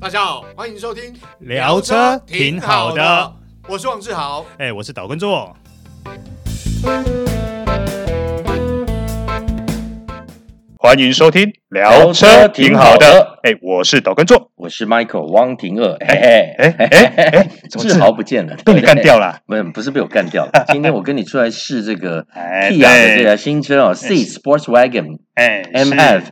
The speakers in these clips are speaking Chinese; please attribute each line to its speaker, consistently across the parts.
Speaker 1: 大家好，欢迎收听
Speaker 2: 聊车挺好的，
Speaker 1: 我是王志豪。
Speaker 2: 哎、我是岛根座。欢迎收听聊车挺好的。哎、我是岛根座。
Speaker 3: 我是 Michael 汪廷锷，哎哎
Speaker 2: 哎哎哎，怎么
Speaker 3: 志豪不见了，
Speaker 2: 被你
Speaker 3: 对
Speaker 2: 干掉？了？
Speaker 3: 不是不是被我干掉了，今天我跟你出来试这个
Speaker 2: 哎
Speaker 3: Kia 的这
Speaker 2: 对
Speaker 3: 个新车哦，Seat Sportswagen
Speaker 2: 哎
Speaker 3: MF。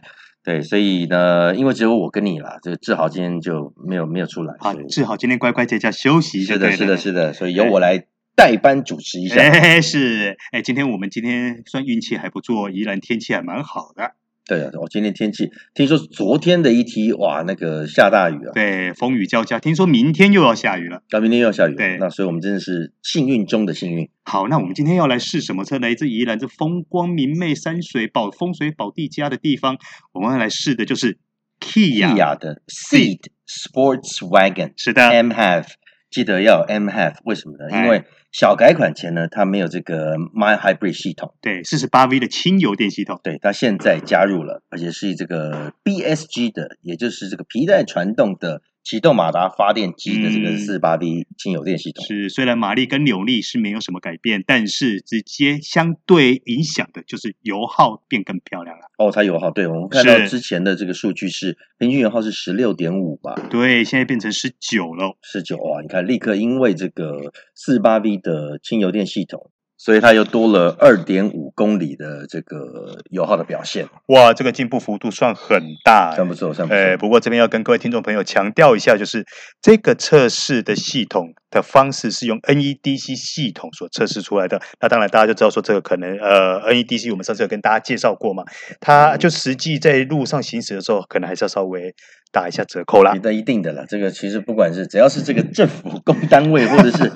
Speaker 3: 对，所以呢，因为只有我跟你啦，这个志豪今天就没有没有出来，
Speaker 2: 好
Speaker 3: 所，以
Speaker 2: 啊志豪今天乖乖在家休息就是对了。
Speaker 3: 的，是的，是的，所以由我来代班主持一下。
Speaker 2: 哎，是哎，今天我们今天算运气还不错，宜兰天气还蛮好的，
Speaker 3: 对啊，我今天天气听说昨天的一梯哇，那个下大雨啊，
Speaker 2: 对，风雨交加。听说明天又要下雨了。
Speaker 3: 到明天又要下雨，
Speaker 2: 对
Speaker 3: 那所以我们真的是幸运中的幸运。
Speaker 2: 好，那我们今天要来试什么车呢？一自宜兰这风光明媚、山水宝、风水宝地家的地方，我们要来试的就是 Kia。
Speaker 3: 蒂亚的 Seat Sportswagen
Speaker 2: 是的，
Speaker 3: M half，记得要 M half，为什么呢？
Speaker 2: 啊哎
Speaker 3: 因为小改款前呢，它没有这个 My Hybrid 系统，
Speaker 2: 对，四十八 V 的轻油电系统。
Speaker 3: 对，它现在加入了，而且是这个 BSG 的，也就是这个皮带传动的启动马达发电机的这个
Speaker 2: 嗯
Speaker 3: 四十八 V 轻油电系统。
Speaker 2: 是，虽然马力跟扭力是没有什么改变，但是直接相对影响的就是油耗变更漂亮了。
Speaker 3: 哦，它油耗，对我们看到
Speaker 2: 是
Speaker 3: 之前的这个数据是平均油耗是十六点五吧。
Speaker 2: 对，现在变成十九了。
Speaker 3: 十九哇！你看，立刻因为这个四八 V 的轻油电系统，所以它又多了二点五公里的这个油耗的表现，
Speaker 2: 哇，这个进步幅度算很大
Speaker 3: 算不错，算不错。
Speaker 2: 呃，不过这边要跟各位听众朋友强调一下，就是这个测试的系统的方式是用 NEDC 系统所测试出来的。那当然，大家就知道说这个可能呃 NEDC 我们上次有跟大家介绍过嘛，它就实际在路上行驶的时候，可能还是要稍微打一下折扣啦
Speaker 3: 你。的一定的了，这个其实不管是只要是这个政府公单位或者 是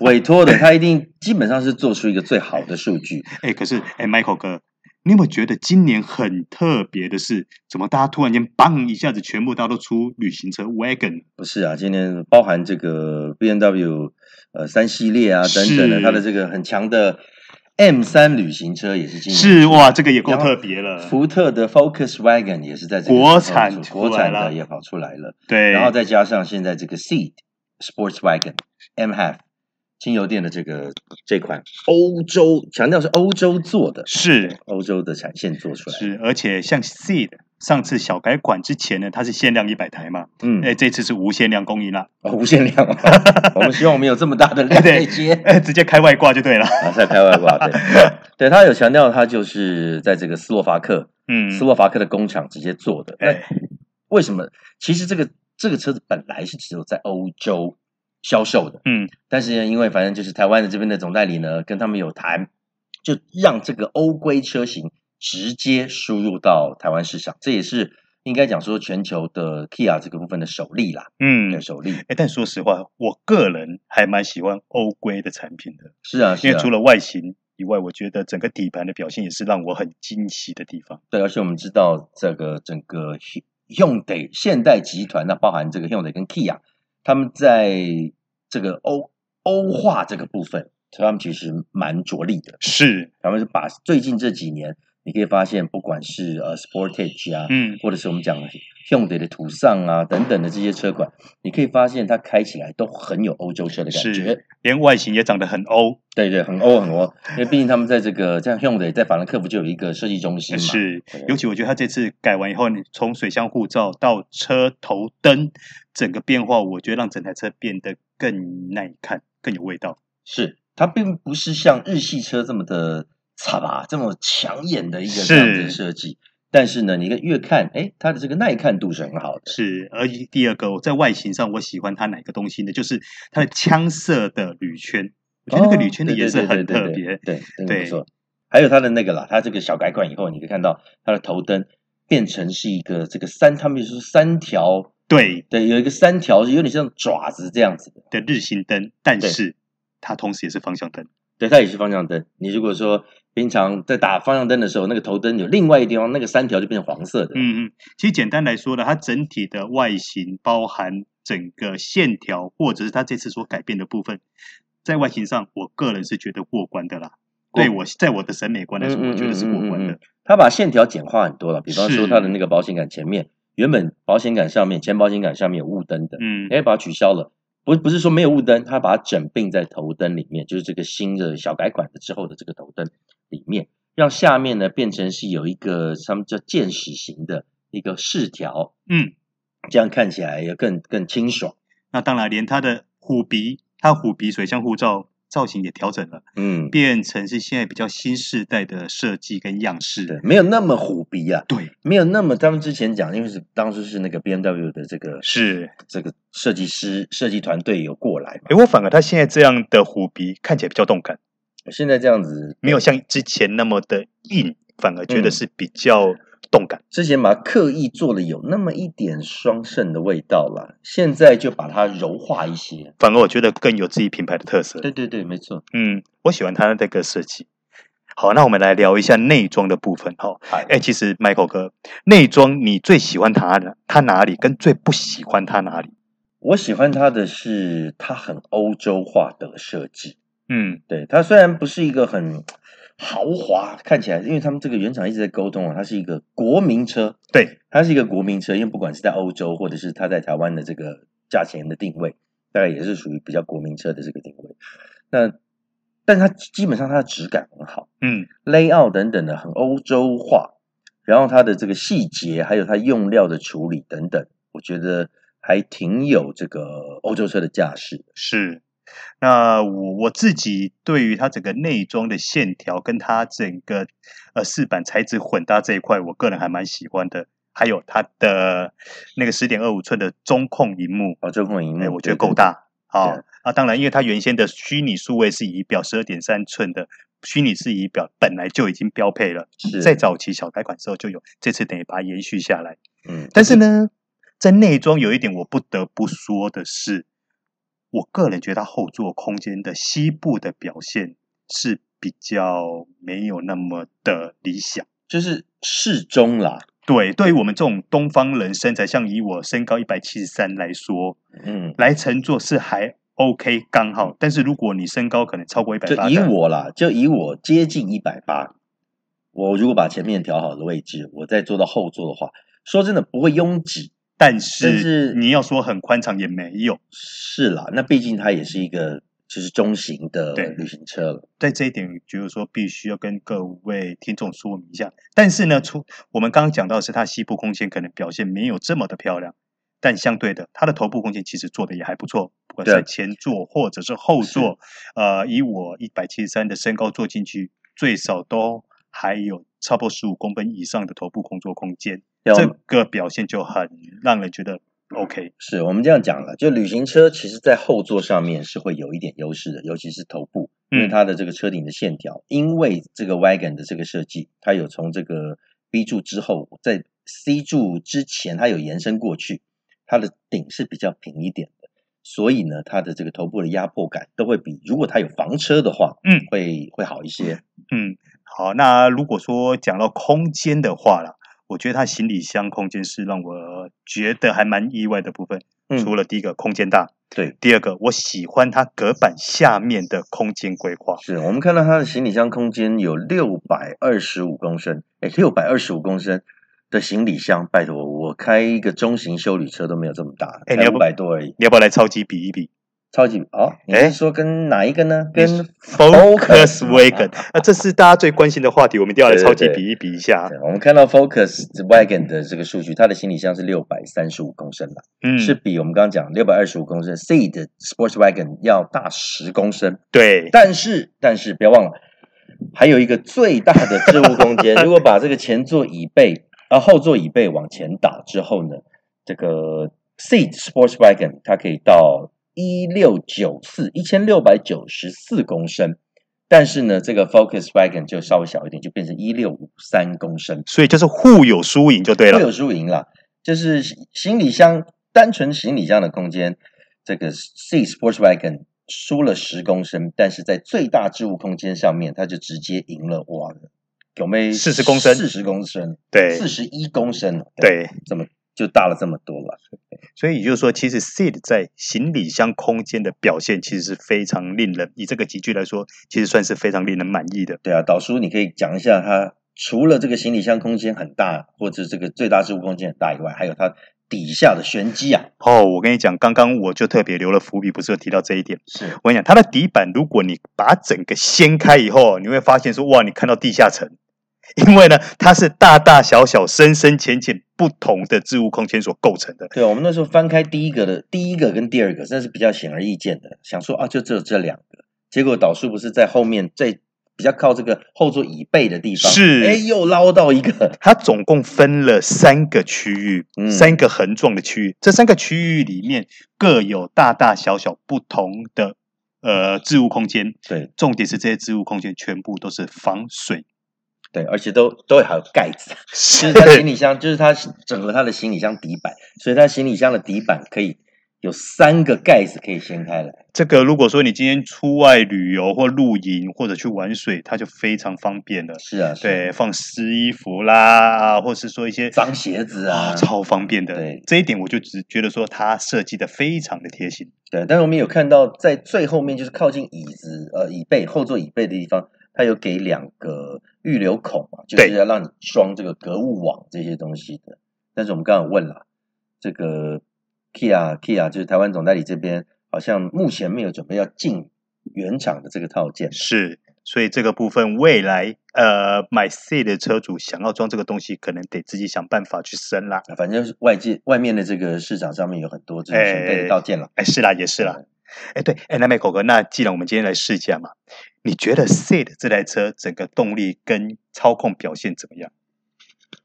Speaker 3: 委托的，他一定基本上是做出一个最好的数据。
Speaker 2: 哎，可是哎，Michael 哥，你有没有觉得今年很特别的是，怎么大家突然间嘣一下子全部大家都出旅行车 wagon？
Speaker 3: 不是啊，今天包含这个 B N W 呃三系列啊等等的，
Speaker 2: 是
Speaker 3: 它的这个很强的 M 三旅行车也是今年
Speaker 2: 是哇，这个也够
Speaker 3: 然后
Speaker 2: 特别了。
Speaker 3: 福特的 Focus Wagon 也是在这个
Speaker 2: 呃国
Speaker 3: 时候
Speaker 2: 产
Speaker 3: 出
Speaker 2: 出
Speaker 3: 国
Speaker 2: 来
Speaker 3: 产
Speaker 2: 了
Speaker 3: 的也跑出来了，
Speaker 2: 对，
Speaker 3: 然后再加上现在这个 Seat Sports Wagon M Half 轻油电的这个这款欧洲强调是欧洲做的，
Speaker 2: 是
Speaker 3: 欧洲的产线做出来的，
Speaker 2: 是，而且像 Seed 上次小改款之前呢，它是限量一百台嘛，
Speaker 3: 嗯
Speaker 2: 哎、，这次是无限量供应啦，
Speaker 3: 哦无限量，啊 我们希望我们有这么大的量可
Speaker 2: 对
Speaker 3: 以接。
Speaker 2: 哎、直接开外挂就对了。
Speaker 3: 啊，在开外挂，对， 对他有强调，他就是在这个斯洛伐克，
Speaker 2: 嗯
Speaker 3: 斯洛伐克的工厂直接做的。那
Speaker 2: 哎
Speaker 3: 为什么？其实这个这个车子本来是只有在欧洲销售的，
Speaker 2: 嗯，
Speaker 3: 但是呢因为反正就是台湾的这边的总代理呢，跟他们有谈，就让这个欧规车型直接输入到台湾市场，这也是应该讲说全球的 Kia 这个部分的首例啦，
Speaker 2: 嗯，
Speaker 3: 对，
Speaker 2: 哎、
Speaker 3: 首例
Speaker 2: 但说实话，我个人还蛮喜欢欧规的产品的，
Speaker 3: 是啊，是
Speaker 2: 因为
Speaker 3: 啊
Speaker 2: 除，了外形以外，我觉得整个底盘的表现也是让我很惊喜的地方。
Speaker 3: 对，而且我们知道这个整个 Hy- Hyundai 现代集团，那包含这个 Hyundai 跟 Kia，他们在这个欧欧化这个部分，他们其实蛮着力的。
Speaker 2: 是，
Speaker 3: 他们是把最近这几年，你可以发现，不管是呃 Sportage 啊，
Speaker 2: 嗯，
Speaker 3: 或者是我们讲的 Hyundai 的途尚啊等等的这些车款，你可以发现它开起来都很有欧洲车的感觉
Speaker 2: 是。，连外形也长得很欧，
Speaker 3: 对对，很欧很欧，因为毕竟他们在这个像 Hyundai 在法兰克福就有一个设计中心嘛，
Speaker 2: 是
Speaker 3: 对，
Speaker 2: 尤其我觉得它这次改完以后，你从水箱护罩到车头灯，整个变化，我觉得让整台车变得更耐看，更有味道。
Speaker 3: 是它并不是像日系车这么的惨吧，这么抢眼的一个这样子的
Speaker 2: 是
Speaker 3: 设计。但是呢，你看越看，哎，它的这个耐看度是很好的。
Speaker 2: 是，而且第二个，我在外形上我喜欢它哪个东西呢？就是它的枪色的铝圈，我觉得那个铝圈的
Speaker 3: 哦对
Speaker 2: 颜色
Speaker 3: 对对
Speaker 2: 很
Speaker 3: 对
Speaker 2: 特
Speaker 3: 对
Speaker 2: 别。
Speaker 3: 对，真的
Speaker 2: 对
Speaker 3: 不错。还有它的那个啦，它这个小改款以后，你可以看到它的头灯变成是一个这个三，他们就是三条，
Speaker 2: 对
Speaker 3: 对，有一个三条，有点像爪子这样子的。
Speaker 2: 的日行灯，但
Speaker 3: 对
Speaker 2: 是它同时也是方向灯。
Speaker 3: 对，它也是方向灯。你如果说平常在打方向灯的时候，那个头灯有另外一个地方，那个三条就变成黄色的。
Speaker 2: 嗯嗯，其实简单来说呢，它整体的外形包含整个线条，或者是它这次所改变的部分，在外形上，我个人是觉得过关的啦。
Speaker 3: 过
Speaker 2: 对我，在我的审美观来说，我觉得是过关
Speaker 3: 嗯嗯嗯嗯嗯
Speaker 2: 的
Speaker 3: 嗯。他把线条简化很多了，比方说
Speaker 2: 是
Speaker 3: 他的那个保险杆前面原本保险杆上面前保险杆上面有雾灯的，
Speaker 2: 嗯
Speaker 3: 哎，把它取消了。不不是说没有雾灯，它把它整并在头灯里面，就是这个新的小改款的之后的这个头灯里面，让下面呢变成是有一个他们叫箭矢型的一个饰条，
Speaker 2: 嗯，
Speaker 3: 这样看起来也更更清爽。
Speaker 2: 那当然连它的虎鼻，它虎鼻水箱护罩造型也调整了，
Speaker 3: 嗯，
Speaker 2: 变成是现在比较新时代的设计跟样式。
Speaker 3: 对，没有那么虎逼啊，
Speaker 2: 对，
Speaker 3: 没有那么他们之前讲，因为是当初是那个 B M W 的这个
Speaker 2: 是。
Speaker 3: 这个设计师设计团队有过来嘛，
Speaker 2: 哎，我反而它现在这样的虎鼻看起来比较动感，
Speaker 3: 现在这样子
Speaker 2: 没有像之前那么的硬，反而觉得
Speaker 3: 嗯
Speaker 2: 是比较动感。
Speaker 3: 之前把它刻意做了有那么一点双肾的味道啦，现在就把它柔化一些。
Speaker 2: 反而我觉得更有自己品牌的特色。
Speaker 3: 对对对，没错。
Speaker 2: 嗯，我喜欢它的那个设计。好，那我们来聊一下内装的部分哈。
Speaker 3: 哎
Speaker 2: 哎，其实 Michael 哥，内装你最喜欢它的它哪里，跟最不喜欢它哪里？
Speaker 3: 我喜欢它的是它很欧洲化的设计。
Speaker 2: 嗯
Speaker 3: 对，它虽然不是一个很豪华，看起来，因为他们这个原厂一直在沟通啊，它是一个国民车，
Speaker 2: 对，
Speaker 3: 它是一个国民车，因为不管是在欧洲或者是它在台湾的这个价钱的定位，大概也是属于比较国民车的这个定位。那，但它基本上它的质感很好。
Speaker 2: 嗯
Speaker 3: layout 等等的很欧洲化，然后它的这个细节，还有它用料的处理等等，我觉得还挺有这个欧洲车的架势
Speaker 2: 哎
Speaker 3: 的。
Speaker 2: 是。那我我自己对于它整个内装的线条跟它整个呃饰板材质混搭这一块，我个人还蛮喜欢的。还有它的那个十点二五寸的中控荧幕，
Speaker 3: 哦，这款荧
Speaker 2: 哎，
Speaker 3: 幕
Speaker 2: 我觉得够，大好
Speaker 3: 对
Speaker 2: 啊。当然，因为它原先的虚拟数位是仪表十二点三寸的虚拟式仪表，本来就已经标配了，
Speaker 3: 对对是
Speaker 2: 在早期小改款之后就有，这次等于把它延续下来。
Speaker 3: 嗯，
Speaker 2: 但是呢，在内装有一点我不得不说的是，我个人觉得它后座空间的西部的表现是比较没有那么的理想。
Speaker 3: 就是适中啦，
Speaker 2: 对，对于我们这种东方人身材，像以我身高一百七十三来说，
Speaker 3: 嗯，
Speaker 2: 来乘坐是还 OK 刚好，但是如果你身高可能超过一百
Speaker 3: 就
Speaker 2: 八，
Speaker 3: 以我啦，就以我接近一百八，我如果把前面调好的位置，我再坐到后座的话，说真的不会拥挤。
Speaker 2: 但
Speaker 3: 但是
Speaker 2: 是你要说很宽敞也没有，
Speaker 3: 是啦，那毕竟它也是一个就是中型的
Speaker 2: 对
Speaker 3: 旅行车了。
Speaker 2: 在这一点就是说必须要跟各位听众说明一下。但是呢，除我们刚刚讲到的是它西部空间可能表现没有这么的漂亮，但相对的，它的头部空间其实做的也还不错，不管是在
Speaker 3: 对
Speaker 2: 前座或者是后座，呃，以我一百七十三的身高坐进去，最少都还有差不多十五公分以上的头部工作空间。
Speaker 3: 对
Speaker 2: 这个表现就很让人觉得 OK。
Speaker 3: 是我们这样讲了，就旅行车其实在后座上面是会有一点优势的，尤其是头部，因为
Speaker 2: 嗯
Speaker 3: 它的这个车顶的线条，因为这个 wagon 的这个设计，它有从这个 B 柱之后，在 C 柱之前它有延伸过去，它的顶是比较平一点的，所以呢，它的这个头部的压迫感都会比如果它有房车的话，
Speaker 2: 嗯，
Speaker 3: 会会好一些。
Speaker 2: 嗯，好，那如果说讲到空间的话啦，我觉得它行李箱空间是让我觉得还蛮意外的部分。
Speaker 3: 嗯
Speaker 2: 除了第一个空间大，
Speaker 3: 对，
Speaker 2: 第二个我喜欢它隔板下面的空间规划。
Speaker 3: 是我们看到它的行李箱空间有六百二十五公升，哎，六百二十五公升的行李箱，拜托，我开一个中型修理车都没有这么大，
Speaker 2: 诶
Speaker 3: 才
Speaker 2: 你要
Speaker 3: 五
Speaker 2: 不
Speaker 3: 百多而已，
Speaker 2: 你要不要来超级比一比
Speaker 3: 超级哦，你
Speaker 2: 诶
Speaker 3: 是说跟哪一个呢？跟
Speaker 2: ？Focus
Speaker 3: Wagon
Speaker 2: Wagon，那这是大家最关心的话题，我们一定要来
Speaker 3: 对
Speaker 2: 超级
Speaker 3: 对
Speaker 2: 比一比一下。啊
Speaker 3: 对我们看到 Focus Wagon 的这个数据，它的行李箱是六百三十五公升啦，
Speaker 2: 嗯，
Speaker 3: 是比我们刚刚讲六百二十五公升 C 的 Sports Wagon 要大十公升。
Speaker 2: 对，
Speaker 3: 但是，但是不要忘了，还有一个最大的置物空间。如果把这个前座椅背，呃，后座椅背往前倒之后呢，这个 Seat Sports Wagon 它可以到一六九四一千六百九十四公升，但是呢，这个 Focus Wagon 就稍微小一点，就变成一六五三公升，
Speaker 2: 所以就是互有输赢就对
Speaker 3: 会
Speaker 2: 了。
Speaker 3: 有输赢啦。就是行李箱单纯行李箱的空间，这个 C Sports Wagon 输了十公升，但是在最大置物空间上面，它就直接赢了哇，有没
Speaker 2: 40公升
Speaker 3: 四十公升，
Speaker 2: 对
Speaker 3: 四十一公升，，哦
Speaker 2: 对，
Speaker 3: 这么就大了这么多了。
Speaker 2: 所以也就是说，其实 Seat 在行李箱空间的表现其实是非常令人，以这个集聚来说，其实算是非常令人满意的。
Speaker 3: 对啊，导叔，你可以讲一下它除了这个行李箱空间很大，或者这个最大置物空间很大以外，还有它底下的玄机啊，
Speaker 2: 哦，我跟你讲，刚刚我就特别留了伏笔，不是有提到这一点。
Speaker 3: 是
Speaker 2: 我跟你讲，它的底板，如果你把整个掀开以后，你会发现说，哇，你看到地下层，因为呢，它是大大小小、深深浅浅不同的置物空间所构成的。
Speaker 3: 对，我们那时候翻开第一个的第一个跟第二个，那是比较显而易见的，想说啊，就只有这两个。结果导数不是在后面最比较靠这个后座椅背的地方，
Speaker 2: 是
Speaker 3: 哎，又捞到一个，
Speaker 2: 它总共分了三个区域，
Speaker 3: 嗯
Speaker 2: 三个横状的区域。这三个区域里面各有大大小小不同的呃置物空间。
Speaker 3: 对
Speaker 2: 重点是这些置物空间全部都是防水。
Speaker 3: 对，而且都都还有盖 子，就
Speaker 2: 是
Speaker 3: 是它行李箱，就是它整合它的行李箱底板，所以它行李箱的底板可以有三个盖子可以掀开来，
Speaker 2: 这个，如果说你今天出外旅游或露营或者去玩水，它就非常方便了。
Speaker 3: 是啊，是啊，
Speaker 2: 对，放湿衣服啦，啊或是说一些
Speaker 3: 脏鞋子啊，
Speaker 2: 啊，超方便的。
Speaker 3: 对
Speaker 2: 这一点我就只觉得说它设计的非常的贴心。
Speaker 3: 对，但是我们有看到在最后面，就是靠近椅子呃椅背后座椅背的地方，它有给两个预留孔嘛，就是
Speaker 2: 对
Speaker 3: 要让你装这个隔物网这些东西的。但是我们刚刚有问了，这个 Kia Kia 就是台湾总代理这边，好像目前没有准备要进原厂的这个套件。
Speaker 2: 是，所以这个部分未来呃买 C 的车主想要装这个东西，可能得自己想办法去升啦。
Speaker 3: 啊反正是外界外面的这个市场上面有很多这种准备的套件了。
Speaker 2: 哎，是啦，也是啦。哎，对，哎，南美狗哥，那既然我们今天来试驾嘛，你觉得 C 的这台车整个动力跟操控表现怎么样？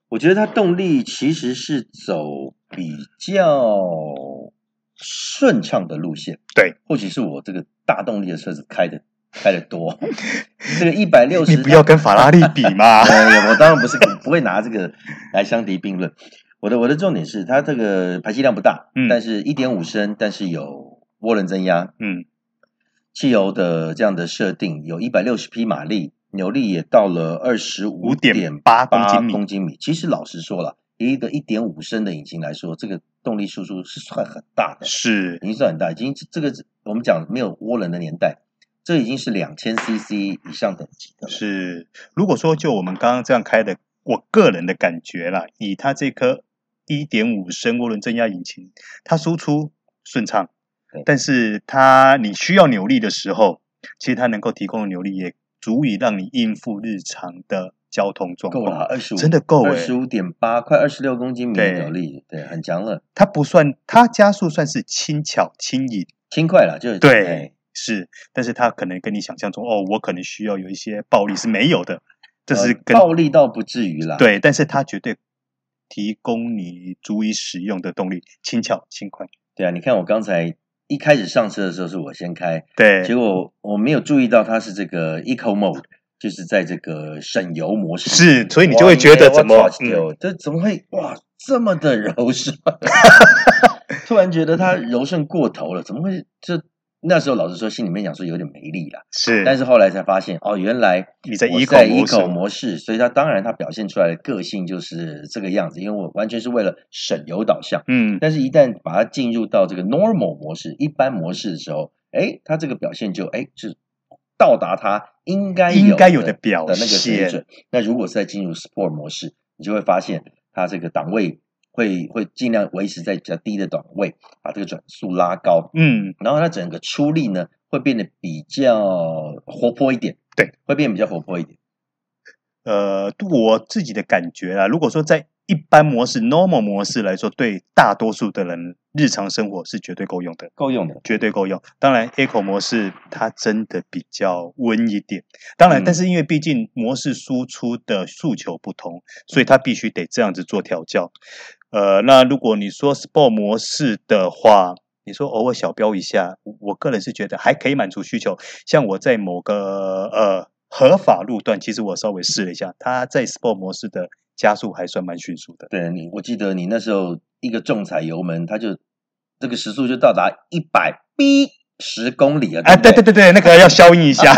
Speaker 3: 我觉得它动力其实是走比较顺畅的路线。
Speaker 2: 对，
Speaker 3: 或许是我这个大动力的车子开的开 的多，这个一百六
Speaker 2: 你
Speaker 3: 十，
Speaker 2: 不要跟法拉利比嘛。
Speaker 3: 呃，我当然不是不会拿这个来相提并论。我的我的重点是它这个排气量不大，
Speaker 2: 嗯
Speaker 3: 但是一点五升，但是有涡轮增压，
Speaker 2: 嗯，
Speaker 3: 汽油的这样的设定，有一百六十匹马力，扭力也到了二十五
Speaker 2: 5.8公斤米
Speaker 3: 公斤米。其实老实说了，以一个一点五升的引擎来说，这个动力输出是算很大的，
Speaker 2: 是
Speaker 3: 已经算很大，已经这个我们讲没有涡轮的年代，这已经是两千 CC 以上等级的了。
Speaker 2: 是。如果说就我们刚刚这样开的，我个人的感觉啦，以它这颗一点五升涡轮增压引擎，它输出顺畅
Speaker 3: 对，
Speaker 2: 但是它你需要扭力的时候，其实它能够提供的扭力也足以让你应付日常的交通状
Speaker 3: 够了，
Speaker 2: 况。
Speaker 3: 二十五
Speaker 2: 真的够
Speaker 3: 二
Speaker 2: 欸
Speaker 3: 十五点八，快二十六公斤米的
Speaker 2: 对
Speaker 3: 扭力，对，很强了，
Speaker 2: 它不算，它加速算是轻巧轻盈，
Speaker 3: 轻快了，就是
Speaker 2: 对
Speaker 3: 哎
Speaker 2: 是，但是它可能跟你想象中，哦，我可能需要有一些暴力是没有的，这是
Speaker 3: 呃
Speaker 2: 跟
Speaker 3: 暴力倒不至于啦，
Speaker 2: 对，但是它绝对提供你足以使用的动力，轻巧轻快。
Speaker 3: 对啊，你看我刚才一开始上车的时候是我先开，
Speaker 2: 对
Speaker 3: 结果我没有注意到它是这个 eco mode，就是在这个省油模式。
Speaker 2: 是，所以 你
Speaker 3: 哇
Speaker 2: 就会觉得怎么
Speaker 3: 我哦操，
Speaker 2: 嗯
Speaker 3: 这怎么会哇这么的柔顺？ 突然觉得它柔顺过头了，怎么会？这那时候老实说，心里面想说有点没力啦。但
Speaker 2: 是
Speaker 3: 是后来才发现，哦，原来
Speaker 2: 你在
Speaker 3: 我
Speaker 2: eco 模
Speaker 3: eco
Speaker 2: 式，
Speaker 3: 模式，所以它当然它表现出来的个性就是这个样子，因为我完全是为了省油导向。
Speaker 2: 嗯，
Speaker 3: 但是，一旦把它进入到这个 normal 模式、一般模式的时候，哎，它这个表现就哎是到达它应该
Speaker 2: 应该有
Speaker 3: 的
Speaker 2: 的表
Speaker 3: 的那个水
Speaker 2: 现
Speaker 3: 准。那如果是在进入 sport 模式，你就会发现它这个档位会会尽量维持在比较低的档位，把这个转速拉高，
Speaker 2: 嗯，
Speaker 3: 然后它整个出力呢会变得比较活泼一点，
Speaker 2: 对，
Speaker 3: 会变得比较活泼一点。
Speaker 2: 呃，我自己的感觉啦，如果说在一般模式 normal 模式来说，对大多数的人日常生活是绝对够用的。
Speaker 3: 够用的，
Speaker 2: 绝对够用。当然，Eco 模式它真的比较温一点。当然，
Speaker 3: 嗯
Speaker 2: 但是因为毕竟模式输出的诉求不同，所以它必须得这样子做调教。呃，那如果你说 Sport 模式的话，你说偶尔小标一下，我我个人是觉得还可以满足需求。像我在某个呃合法路段，其实我稍微试了一下，它在 Sport 模式的加速还算蛮迅速的。
Speaker 3: 对你，我记得你那时候一个重踩油门，它就这个时速就到达一百 B 十公里啊！
Speaker 2: 哎，
Speaker 3: 不
Speaker 2: 对对对对，那个要消音一下。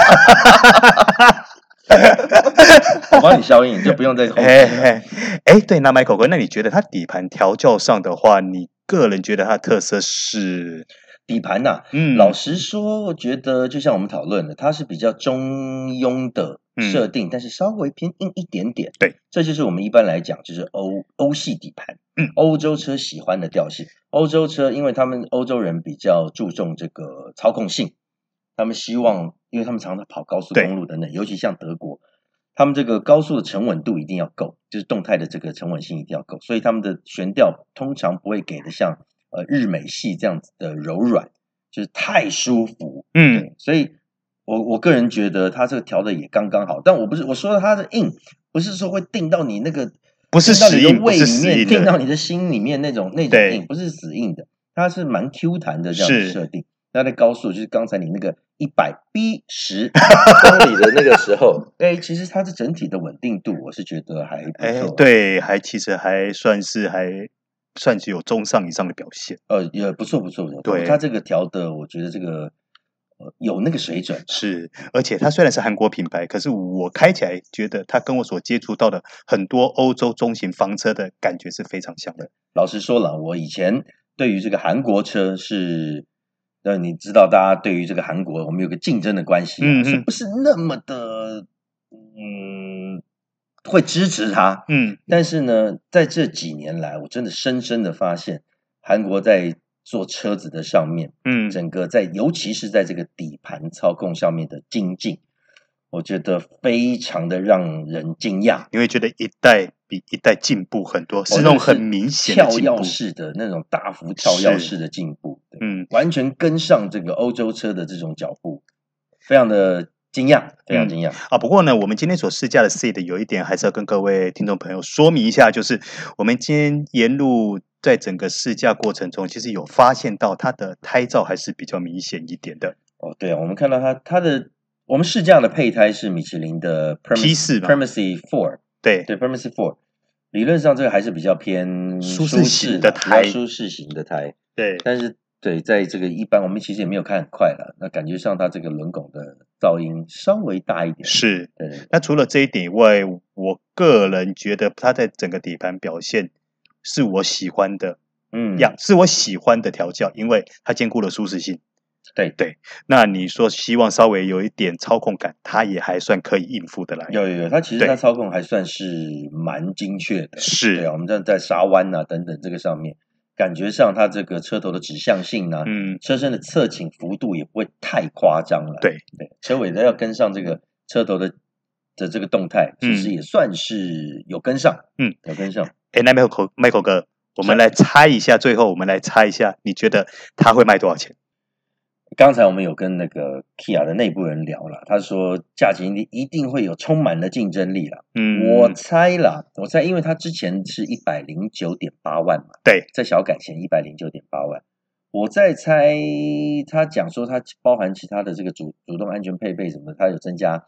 Speaker 3: 我帮你消音，你就不用 再后
Speaker 2: 哎哎哎，对，那 Michael 哥，那你觉得它底盘调教上的话，你个人觉得它的特色是
Speaker 3: 底盘呐、
Speaker 2: 嗯，
Speaker 3: 老实说，我觉得就像我们讨论的，它是比较中庸的设定，但是稍微偏硬一点点。
Speaker 2: 嗯对，
Speaker 3: 这就是我们一般来讲就是欧欧系底盘，
Speaker 2: 嗯，
Speaker 3: 欧洲车喜欢的调性。欧洲车，因为他们欧洲人比较注重这个操控性，他们希望，因为他们常常跑高速
Speaker 2: 对
Speaker 3: 公路等等，尤其像德国，他们这个高速的沉稳度一定要够，就是动态的这个沉稳性一定要够，所以他们的悬吊通常不会给的像呃日美系这样子的柔软，就是太舒服。
Speaker 2: 嗯
Speaker 3: 对，所以我我个人觉得它这个调的也刚刚好，但我不是我说它的硬，不是说会定到你那个
Speaker 2: 不是
Speaker 3: 定到
Speaker 2: 死
Speaker 3: 你的
Speaker 2: 硬，不
Speaker 3: 胃
Speaker 2: 是
Speaker 3: 里
Speaker 2: 死
Speaker 3: 面，
Speaker 2: 硬
Speaker 3: 定
Speaker 2: 的，
Speaker 3: 到你的心里面那种那种
Speaker 2: 对
Speaker 3: 硬，不是死硬的，它是蛮 Q 弹的这样
Speaker 2: 是
Speaker 3: 的设定。它的高速就是刚才你那个一百 B 十公里的那个时候，哎，其实它的整体的稳定度，我是觉得还不
Speaker 2: 哎
Speaker 3: 错，，，
Speaker 2: 对，还其实还算是还算是有中上以上的表现，
Speaker 3: 呃，也不错不错不错，
Speaker 2: 对
Speaker 3: 它这个调的，我觉得这个呃有那个水准，
Speaker 2: 是，而且它虽然是韩国品牌，可是我开起来觉得它跟我所接触到的很多欧洲中型房车的感觉是非常像的，
Speaker 3: 老实说了，我以前对于这个韩国车是，呃，你知道，大家对于这个韩国，我们有个竞争的关系、啊，
Speaker 2: 嗯嗯
Speaker 3: 是不是那么的，嗯，会支持它？
Speaker 2: 嗯，
Speaker 3: 但是呢，在这几年来，我真的深深的发现，韩国在做车子的上面，
Speaker 2: 嗯，
Speaker 3: 整个在尤其是在这个底盘操控上面的精进，我觉得非常的让人惊讶。
Speaker 2: 你会觉得一代比一代进步很多，是那种很明显的
Speaker 3: 跳
Speaker 2: 进
Speaker 3: 跃
Speaker 2: 步。
Speaker 3: 式的那种大幅跳跃
Speaker 2: 是
Speaker 3: 式的进步，对
Speaker 2: 嗯，
Speaker 3: 完全跟上这个欧洲车的这种脚步，非常的惊讶，非常惊讶。
Speaker 2: 啊，不过呢，我们今天所试驾的 Seed 有一点还是要跟各位听众朋友说明一下，就是我们今天沿路在整个试驾过程中，其实有发现到它的胎噪还是比较明显一点的。
Speaker 3: 哦，对啊，我们看到它它的我们试驾的配胎是米其林的
Speaker 2: P4
Speaker 3: Premacy
Speaker 2: 吧
Speaker 3: Premacy Four，
Speaker 2: 对，
Speaker 3: 对 Premacy Four，理论上这个还是比较偏
Speaker 2: 舒适
Speaker 3: 适
Speaker 2: 型的
Speaker 3: 啦比较
Speaker 2: 胎
Speaker 3: 舒适型的胎，
Speaker 2: 对，
Speaker 3: 但是对，在这个一般我们其实也没有看很快了，那感觉上它这个轮拱的噪音稍微大一点，
Speaker 2: 是。
Speaker 3: 对，对
Speaker 2: 那除了这一点以外，我个人觉得它在整个底盘表现是我喜欢的
Speaker 3: 嗯，
Speaker 2: 样，是我喜欢的调教，因为它兼顾了舒适性。
Speaker 3: 对
Speaker 2: 对，那你说希望稍微有一点操控感，它也还算可以应付的来。
Speaker 3: 有有有，它其实
Speaker 2: 对
Speaker 3: 它操控还算是蛮精确的，对
Speaker 2: 是
Speaker 3: 啊，，我们这样在沙湾呐、等等这个上面，感觉上它这个车头的指向性啊，
Speaker 2: 嗯，
Speaker 3: 车身的侧倾幅度也不会太夸张了，
Speaker 2: 对
Speaker 3: 对，车尾的要跟上这个车头的的这个动态，其实
Speaker 2: 嗯
Speaker 3: 也算是有跟上，
Speaker 2: 嗯，
Speaker 3: 有跟上。
Speaker 2: 哎，那 Michael Michael 哥，我们来猜一下，最后我们来猜一下，你觉得它会卖多少钱？
Speaker 3: 刚才我们有跟那个 Kia 的内部人聊了，他说价钱一定一定会有充满了竞争力了。
Speaker 2: 嗯，
Speaker 3: 我猜啦，我猜，因为它之前是一百零九点八万嘛，
Speaker 2: 对，
Speaker 3: 在小改前一百零九点八万。我在猜，他讲说它包含其他的这个主主动安全配备什么的，它有增加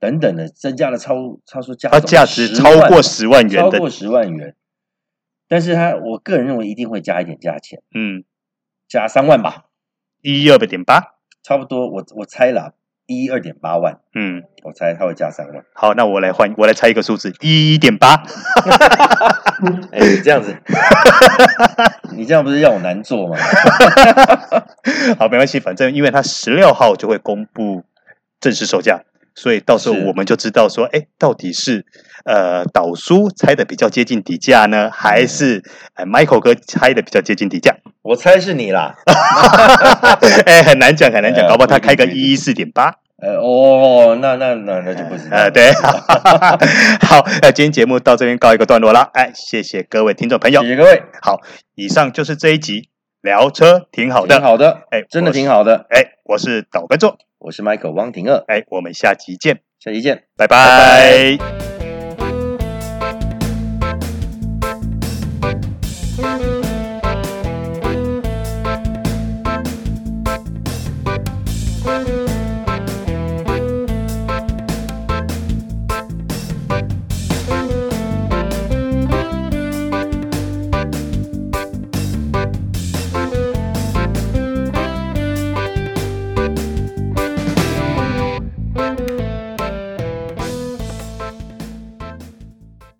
Speaker 3: 等等的，增加了超他说价
Speaker 2: 它
Speaker 3: 总
Speaker 2: 价值
Speaker 3: 10
Speaker 2: 超过
Speaker 3: 万
Speaker 2: 十万元
Speaker 3: 超
Speaker 2: 的，
Speaker 3: 过十万元。但是他我个人认为一定会加一点价钱，
Speaker 2: 嗯，
Speaker 3: 加三万吧，
Speaker 2: 一二点八，
Speaker 3: 差不多我我猜啦，一二点八万，
Speaker 2: 嗯，
Speaker 3: 我猜他会加三万。
Speaker 2: 好，那我来换，我来猜一个数字，一一点八，
Speaker 3: 哎，这样子， 你这样不是让我难做吗？
Speaker 2: 好，没关系，反正因为它十六号就会公布正式售价，所以到时候
Speaker 3: 是
Speaker 2: 我们就知道说，哎，到底是呃导叔猜的比较接近底价呢，
Speaker 3: 嗯
Speaker 2: 还是呃 Michael 哥猜的比较接近底价？
Speaker 3: 我猜是你啦。
Speaker 2: 哎，很难讲，很难
Speaker 3: 哎
Speaker 2: 讲，
Speaker 3: 呀
Speaker 2: 搞不好他
Speaker 3: 不
Speaker 2: 开
Speaker 3: 一定
Speaker 2: 个
Speaker 3: 不一定
Speaker 2: 一一四点八。
Speaker 3: 呃，哦，那那那那就不知道了。
Speaker 2: 呃，对， 好，呃，今天节目到这边告一个段落啦。哎，谢谢各位听众朋友
Speaker 3: 谢。谢各位，
Speaker 2: 好，以上就是这一集聊车，挺好的。
Speaker 3: 挺好的，
Speaker 2: 哎
Speaker 3: 真
Speaker 2: 我
Speaker 3: 的
Speaker 2: 是
Speaker 3: 挺好的。
Speaker 2: 哎，我是导观众。
Speaker 3: 我是 Michael 汪廷二，
Speaker 2: 哎，我们下集见，
Speaker 3: 下期见。
Speaker 2: 拜
Speaker 3: 拜
Speaker 2: 拜